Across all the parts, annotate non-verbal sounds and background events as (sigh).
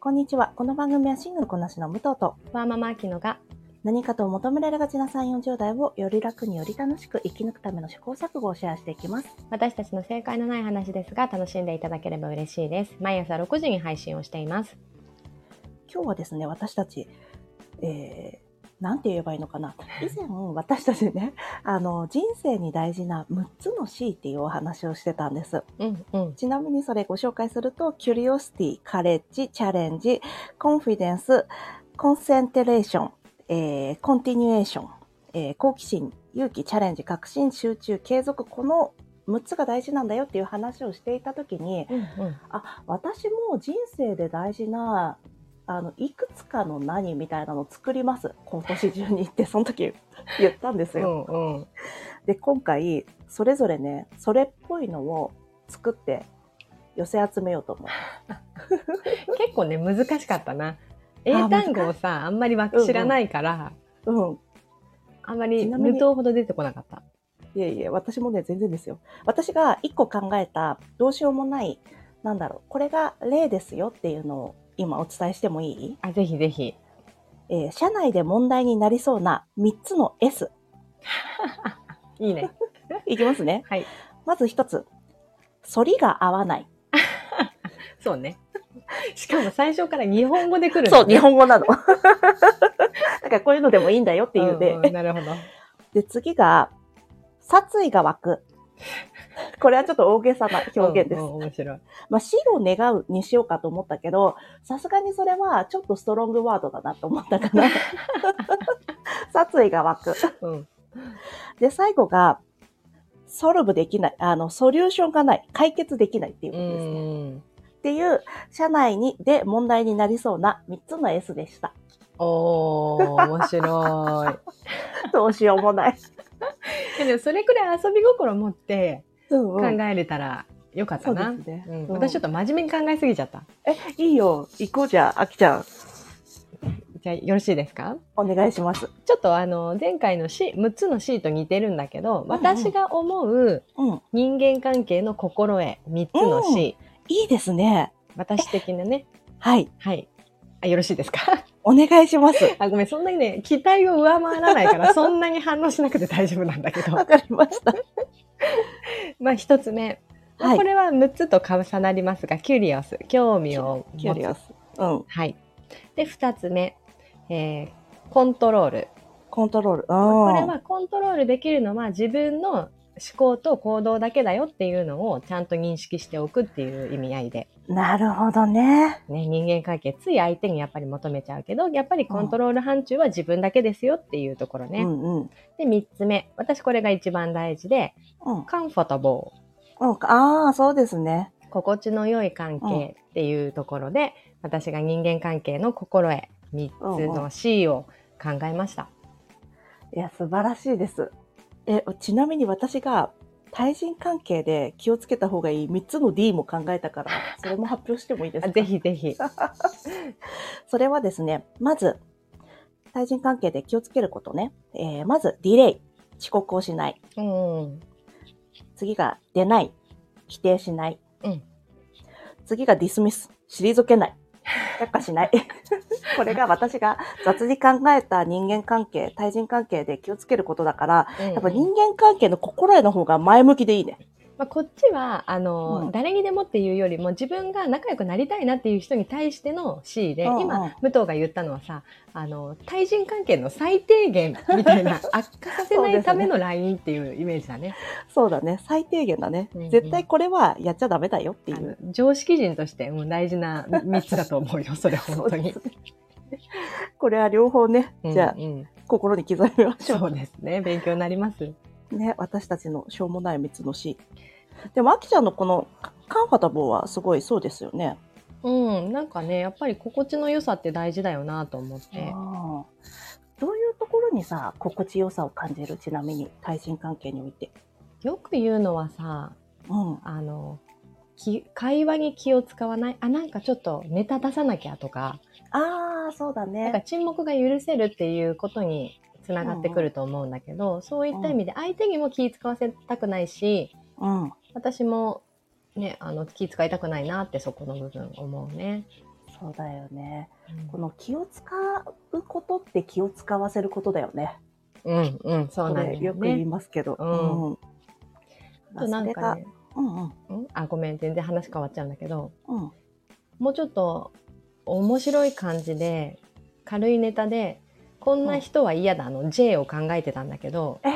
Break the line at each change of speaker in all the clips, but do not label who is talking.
こんにちは。この番組はシングルこなしの武藤と
ワーママアキノが
何かと求められがちな3、40代をより楽により楽しく生き抜くための試行錯誤をシェアしていきます。
私たちの正解のない話ですが楽しんでいただければ嬉しいです毎朝6時に配信をしています
今日はですね、私たち、えー、なんて言えばいいのかな。以前、私たちね、あの、人生に大事な6つの C っていうお話をしてたんです。
うんうん
ちなみにそれご紹介すると、キュリオシティ、カレッジ、チャレンジ、コンフィデンス、コンセンテレーション、えーコンティニュエーション、えー好奇心、勇気、チャレンジ、革新、集中、継続、この6つが大事なんだよっていう話をしていたときに、
うん
あ、私も人生で大事な、あの、いくつかの何みたいなのを作ります。今年中にって、その時言ったんです
う
よ。
んうんうん
で今回それぞれねそれっぽいのを作って寄せ集めようと思う。
結構ね難しかったな英単語をさあんまりわ
うんうん
知らないから、
うん、
あんまり
ちなみに
無糖ほど出てこなかった
いえいえ私もね全然ですよ。私が一個考えたどうしようもないなんだろうこれが例ですよっていうのを今お伝えしてもいい、
あぜひぜひ
えー社内で問題になりそうな3つの S
い
(laughs)
いね
いきますね。
はい
まず1つ反りが合わない。
そうねしかも最初から日本語で来るんだ
そう
ね
日本語 (laughs) なの。だからこういうのでもいいんだよっていうで、
んうんなるほど
で、次が、殺意が湧く。これはちょっと大げさな表現です。
うんうん面白い
まあ、死を願うにしようかと思ったけど、さすがにそれはちょっとストロングワードだなと思ったから。
(laughs)
殺意が湧く。
うん
で、最後が、ソルブできない。あの、ソリューションがない。解決できないっていう
う
ことですね。
ん
っていう、社内に、で問題になりそうな3つの S でした。
おー面白い
どうしようもない。
でもそれくらい遊び心持って
うんう
考
ん
えれたらよかっ
そ
た
うで
な。
すね。
うん
うん
私ちょっと真面目に考えすぎちゃった。
え、いいよ。行こうじゃあ、あきちゃん。
じゃあよろしいですか
お願いします。
ちょっとあの前回の C 6つの C と似てるんだけど、私が思う
うん。
人間関係の心得3つの C、
いいですね。
私的なね
はい。
はいあよろしいですか (laughs)
お願いします。
あごめんそんなにね期待を上回らない
(laughs)
からそんなに反応しなくて大丈夫なんだけど
わかりました。
まあ1つ目、
はい
こ。れは6つと重なりますがキュリオス興味を
キ
持
ュ
つ
リオス。うん。
はい。で、二つ目、えーコントロール。
コントロール。うん。
こ
こ
れはコントロールできるのは自分の思考と行動だけだよっていうのをちゃんと認識しておくっていう意味合いで、
なるほどね。
ね、人間関係つい相手にやっぱり求めちゃうけど、やっぱりコントロール範疇は自分だけですよっていうところね。
うんうん。
で、三つ目、私これが一番大事で、
うん。
カンフォトボー。
うん、ああ、そうですね。
心地の良い関係っていうところで、私が人間関係の心得、三つの C を考えました。
いや、素晴らしいです。え、ちなみに私が対人関係で気をつけた方がいい3つの D も考えた (laughs) から、それも発表してもいいです
あ
か
ぜ。ひぜひ。
それはですね、まず、対人関係で気をつけることね。えーまず、ディレイ。遅刻をしない。
うん。
次が出ない。否定しない。
うん
次がディスミス。退けない。却下しない。 (laughs) これが私が雑に考えた人間関係、対人関係で気をつけることだから、
や
やっぱ人間関係の心得の方が前向きでいいね。
まあ、こっちは、あの、
うん
誰にでもっていうよりも、自分が仲良くなりたいなっていう人に対しての C で、
うんうん
今、武藤が言ったのはさ、あの、対人関係の最低限みた
(laughs)
いな、悪化させ
そうで
な
すね
いためのラインっていうイメージだね。
そうだね。最低限だね
うんう。ん
絶対これはやっちゃダメだよってい
あ
う。
の常識人として、もう大事な3つだと思うよ、それ、本当
(laughs)
に
そう。ですねこれは両方ね、じゃあ
うんうん
心に刻みましょ
そうですね、勉強になります。
う。ね、私たちのしょうもない3つの C。でも、あきちゃんのこのカカンファタボーはすごいそうですよね。
うん、なんかね、やっぱり心地の良さって大事だよなと思って。
あーどういうところにさ心地よさを感じるちなみに対人関係において。
よく言うのはさ、
うん、
あのき会話に気を使わないあなんかちょっとネタ出さなきゃとか
ああそうだ
なんか
ね。
沈黙が許せるっていうことにつながってくると思うんだけど、そういった意味で相手にも気使わせたくないし
うん、
私も、ね、あの気使いたくないなってそこの部分思うね。
そうだよね。この気を使うことって気を使わせることだよね。
うんうん、そうなんだ
これよ
よ
く言い
ね。
ますけど。
う
う
ん
ん。
あとなんかね、
うんうん
んあ、ごめん、全然話変わっちゃうんだけど、
うん。
もうちょっと面白い感じで、軽いネタで、こんな人は嫌だ、あの J を考えてたんだけど、
えー、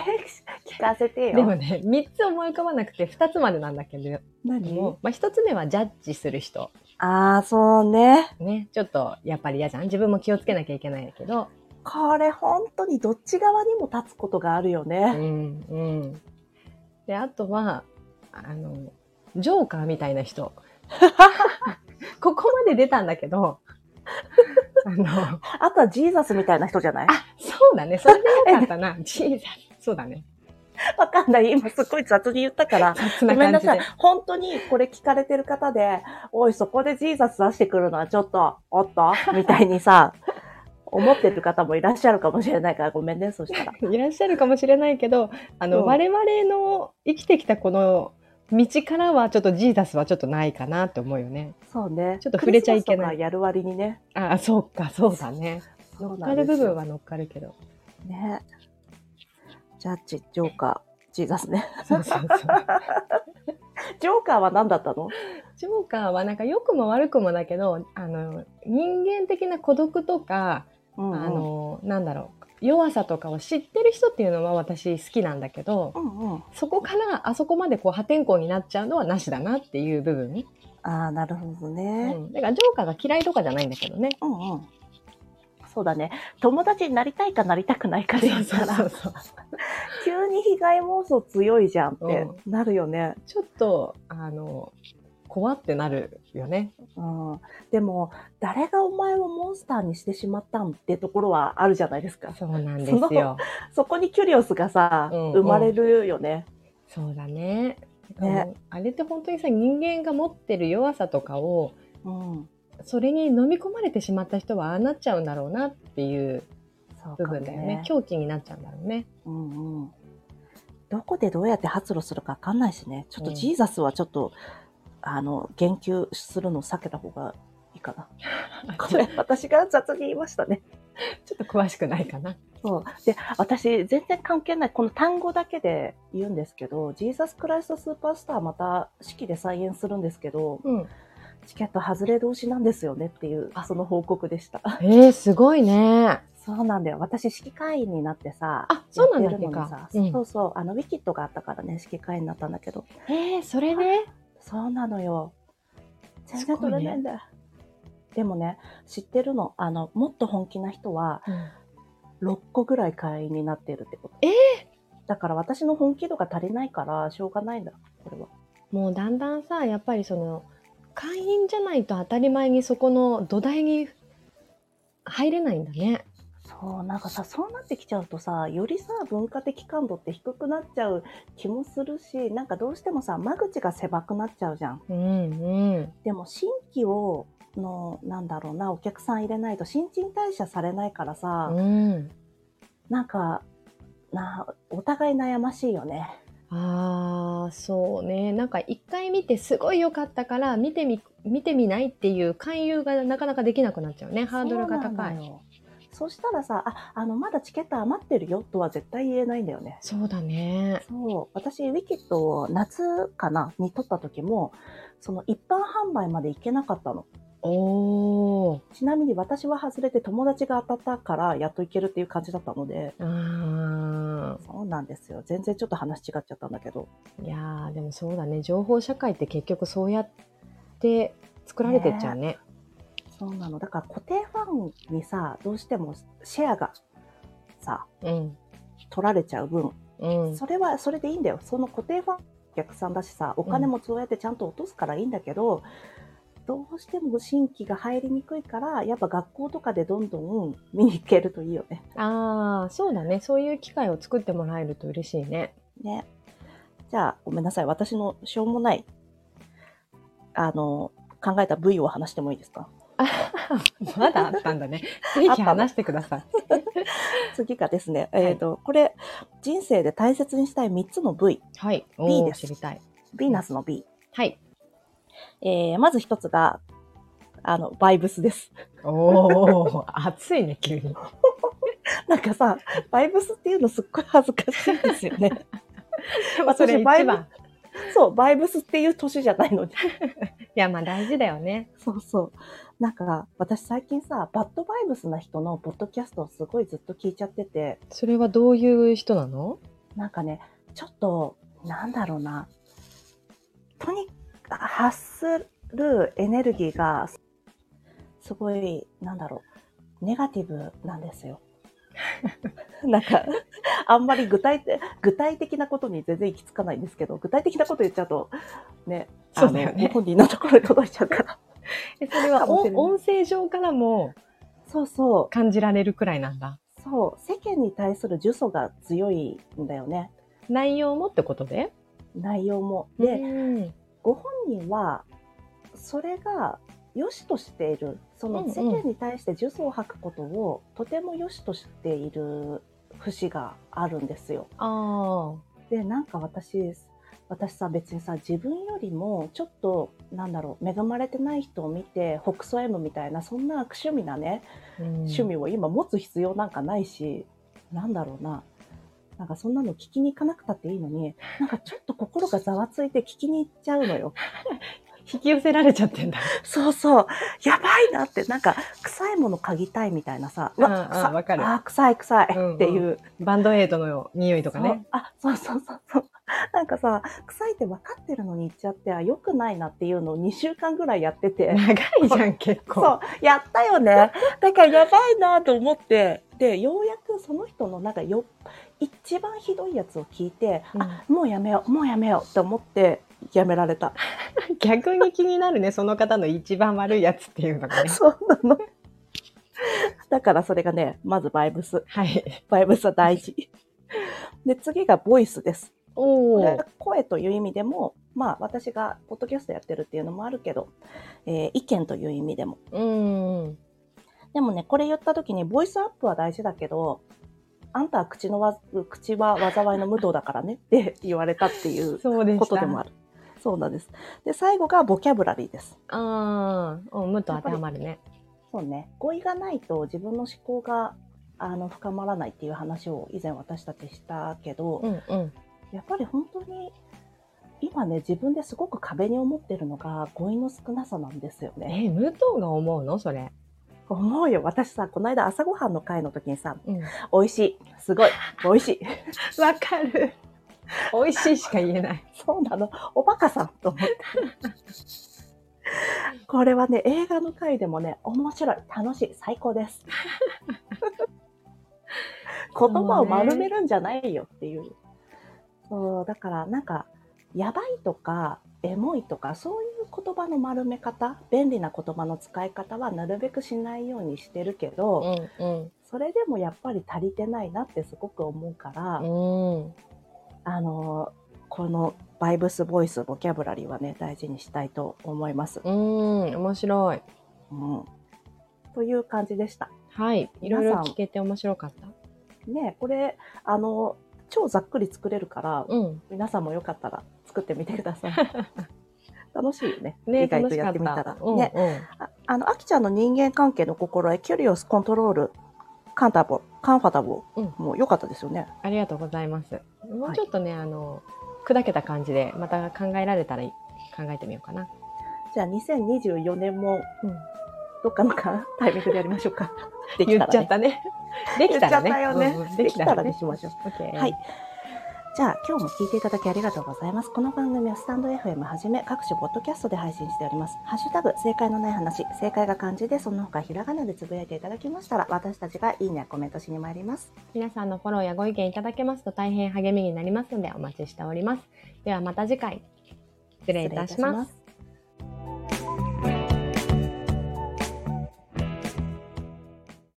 聞かせてよ。
でもね、3つ思い浮かばなくて2つまでなんだけど、
何
まあ、1つ目はジャッジする人。
ああ、そうね。
ね、ちょっとやっぱり嫌じゃん自分も気をつけなきゃいけないけど、
これ本当にどっち側にも立つことがあるよ
う
ね。
んうん、であとはあのジョーカーみたいな (laughs) 人ここまで出たんだけ (laughs) どあの
あとはジーザスみたいな人じゃない
そうだねそれでよかった (laughs) なジーザスそうだね
わかんない。今すっごい雑に言ったから。
雑
ご
な
めん
感
な
じ
さい
で。
本当にこれ聞かれてる方で、おい、そこでジーザス出してくるのはちょっと、おっとみたいに
(laughs)
さ、思ってる方もいらっしゃるかもしれないから、ごめんね、そしたら。
いらっしゃるかもしれないけどあの、
うん
我々の生きてきたこの道からはちょっとジーザスはちょっとないかなと思うよね
そうね。
ちょっと触れちゃいけない
クリスマスとかやる割にね。
ああそうかそうだね
そう
乗っかる部分は乗っかるけど
ね。ジャッジ、ジョーカー、ジーザスね。
(laughs) そうそうそう
ジョーカーは何だったの
ジョーカーはなんか良くも悪くもだけど、あの、人間的な孤独とか、
うんうん
あ、の、なんだろう、弱さとかを知ってる人っていうのは私好きなんだけど
う、んうん。
そこからあそこまでこう破天荒になっちゃうのはなしだなっていう部分。
ああ、なるほど
う
ね。
ん。だからジョーカーが嫌いとかじゃないんだけどね。
うん、うん、そうだね。友達になりたいかなりたくないかで言ったら、
そう。
急に被害妄想強いじゃんって
う
なるよね。
ちょっと、あの、怖ってなるよね。
うん。でも、誰がお前をモンスターにしてしまったんってところはあるじゃないですか。
そうなんですよ。
そこにキュリオスがさ、
うんうん
生まれるよね。
そうだね。
ね
だからもうあれって本当にさ、人間が持ってる弱さとかを、
うん。
それに飲み込まれてしまった人はああなっちゃうんだろうなっていう
そう
部
かも
分だよね狂気になっちゃうんだろうね
うんうん、どこでどうやって発露するか分かんないしねちょっと
うん
ジーザスはちょっと、あの言及するの避けた方がいいかな (laughs) ごめん私が雑に言いましたね
ちょっと詳しくないかな
そうで私全然関係ないこの単語だけで言うんですけどジーザス・クライスト・スーパースターまた式で再演するんですけど
うん
チケット外れ同士なんですよねっていう
あ
その報告でした
えー、すごいね
(laughs) そうなんだよ私指揮会員になってさ
あそうなんだ
やってるのに
て
さ
かうん
そうそうあのウィキッドがあったからね指揮会員になったんだけど
えー、それね
そうなのよ。全然
すごいね
取れないんだ。でもね、知ってるの。あの、もっと本気な人は、6個ぐらい会員になってるってこと。
え
だから私の本気度が足りないから、しょうがないんだ、これは。
もうだんだんさやっぱりその会員じゃないと当たり前にそこの土台に入れないんだね
そう、なんかさ、そうなってきちゃうとさ、よりさ、文化的感度って低くなっちゃう気もするし、なんかどうしてもさ、間口が狭くなっちゃうじゃん。
うんうん
でも、新規を、の、なんだろうな、お客さん入れないと、新陳代謝されないからさ、
うん
なんか、なお互い悩ましいよね。
あーそうねなんか一回見てすごい良かったから見てみ見てみないっていう勧誘がなかなかできなくなっちゃうねハードルが
そう
高
ないのよ。そしたらさ、あ、あの、まだチケット余ってるよとは絶対言えないんだよね。
そうだね。
そう。私、ウィキッドを夏かなに撮った時も、その一般販売まで行けなかったの。
おお。
ちなみに私は外れて友達が当たったからやっと行けるっていう感じだったので、
あ
そうなんですよ。全然ちょっと話違っちゃったんだけど。
ーいやーでもそうだね。情報社会って結局そうやって作られてっちゃうね。
そうなの。だから固定ファンにさ、どうしてもシェアがさ、取られちゃう分、
うん。うん。
それはそれでいいんだよ。その固定ファンのお客さんだしさ、お金もそうやってちゃんと落とすからいいんだけど、どうしても新規が入りにくいから、やっぱ学校とかでどんどん見に行けるといいよね。
ああ、そうだね。そういう機会を作ってもらえると嬉しいね。
ね。じゃあ、ごめんなさい。私のしょうもない、あの、考えた部位を話してもいいですか
(laughs) ま (laughs) だあったんだね。ぜひ
あったの
話してください。
次がですね、
い
えっ、と、これ、人生で大切にしたい3つの部位。
はい。
いい
おお、
です
知りたい。
ヴィーナスの B。
はい。
えーまず一つが、あの、バイブスです。
おお、暑いね、急 (laughs) に。
なんかさ、バイブスっていうのすっごい恥ずかしいんですよね。 (laughs)
でもそれ
私
一
バイブ
番。
そう、バイブスっていう年じゃないのに。
いや、まあ大事だよね。
(laughs) そうそう。なんか、私最近さ、バッドバイブスな人のポッドキャストをすごいずっと聞いちゃってて、
それはどういう人なの
なんかね、ちょっと、なんだろうな、とにかく発するエネルギーが、すごい、なんだろう、ネガティブなんです
(laughs)
よ。なんか、あんまり具体的具体的なことに全然行き着かないんですけど、具体的なこと言っちゃうと、ね、あ
そうだよ
の、
ね
本人のところに届いちゃうから。
え (laughs) それ
か
は
もしれない
お音声上からも
そうそう。
感じられるくらいなんだ。
そう、世間に対する呪詛が強いんだよね、
内容もってことで
内容も。で、
で、
ご本人は、それが良しとしている、そ
うん
の
うん
世間に対して呪詛を吐くことを、とても良しとしている節があるんですよ。
ああ、
で、なんか私、私さ、別にさ、自分よりも、ちょっと、なんだろう、恵まれてない人を見て、北斎 M みたいな、そんな悪趣味なね、趣味を今持つ必要なんかないし、なんだろうな。なんかそんなの聞きに行かなくたっていいのに、なんかちょっと心がざわついて聞きに行っちゃうのよ。
引き寄せられちゃってんだ。
そうそう。やばいなって、なんか臭いもの嗅ぎたいみたいなさ。う
うんうん
わ、臭い
わかる
あー、臭い臭い
うんうん
っていう。
バンドエイドの匂いとかね。
そうあ、そうそうそうそう。なんかさ、臭いって分かってるのに行っちゃって、あ、良くないなっていうのを2週間ぐらいやってて。
長 (laughs) いじゃん、結構。
そう、やったよね。だからやばいなと思って、で、ようやくその人のなんかよ、一番ひどいやつを聞いて、
うん
あ、もうやめよう、もうやめようって思って、やめられた。
逆に気になるね、その方の一番悪いやつっていうのがね。
そうなの。だからそれがね、まずバイブス。
はい。
バイブスは大事。で、次がボイスです。
お
こ
お
れ。声という意味でも、まあ私がポッドキャストやってるっていうのもあるけど、えー意見という意味でも。
うんうん。
でもね、これ言った時に、ボイスアップは大事だけど、あんたは口のわ、口は災いの無道だからねって言われたっていう
そうでした。
ことでもある。そうなんです。で、最後がボキャブラリーです。
ああ、うん、無と当てはまるね。
そうね。語彙がないと自分の思考が、あの、深まらないっていう話を以前私たちしたけど、
うんうん。
やっぱり本当に、今ね、自分ですごく壁に思ってるのが、語彙の少なさなんですよね。
え、無藤が思うのそれ。
思うよ。私さ、この間朝ごはんの会の時にさ、 (laughs)
うん。
美味しい。すごい。美味しい。
わかる。美味しいしか言えない。
そうなの。おバカさんと思って。これはね、映画の回でもね、面白い、楽しい、最高です。言葉を丸めるんじゃないよっていう。そう、だからなんか、やばいとか、エモいとか、そういう言葉の丸め方、便利な言葉の使い方はなるべくしない (laughs) ようにしてるけど、
ん
それでもやっぱり足りてないなってすごく思うから、
ん。うん。
あのこのバイブスボイスボキャブラリーはね大事にしたいと思います。
うん、面白い。
うん、という感じでした。
はい。いろいろ聞けて面白かった。
ねこれあの超ざっくり作れるから
うん。
皆さんもよかったら作ってみてくだ
(laughs)
さい。楽しいよね
ね
意外と
楽しか
やっ
っ
てみたら。
うん、
ねああのあきちゃんの人間関係の心得キュリオスコントロールカンタボカンファタボ、
うん
もう良かったですよね。
ありがとうございます。もうちょっとね、あの、砕けた感じで、また考えられたらい考えてみようかな。
じゃあ2024年も
うん。
どっかのかタイミングでやりましょ
(laughs)
うか。でき
言
た
っ
ら
ちゃ
ね
っ。たね。できたらね。
言っちゃったよね
うんうん
できたら
ね
にしましょう。
オッケー。
はい。じゃあ今日も聞いていただきありがとうございます。この番組はスタンド FM はじめ各種ポッドキャストで配信しております。ハッシュタグ正解のない話、正解が漢字でその他ひらがなでつぶやいていただきましたら私たちがいいねやコメントしに参ります。
皆さんのフォローやご意見いただけますと大変励みになりますのでお待ちしております。ではまた次回。失礼いたします。
す。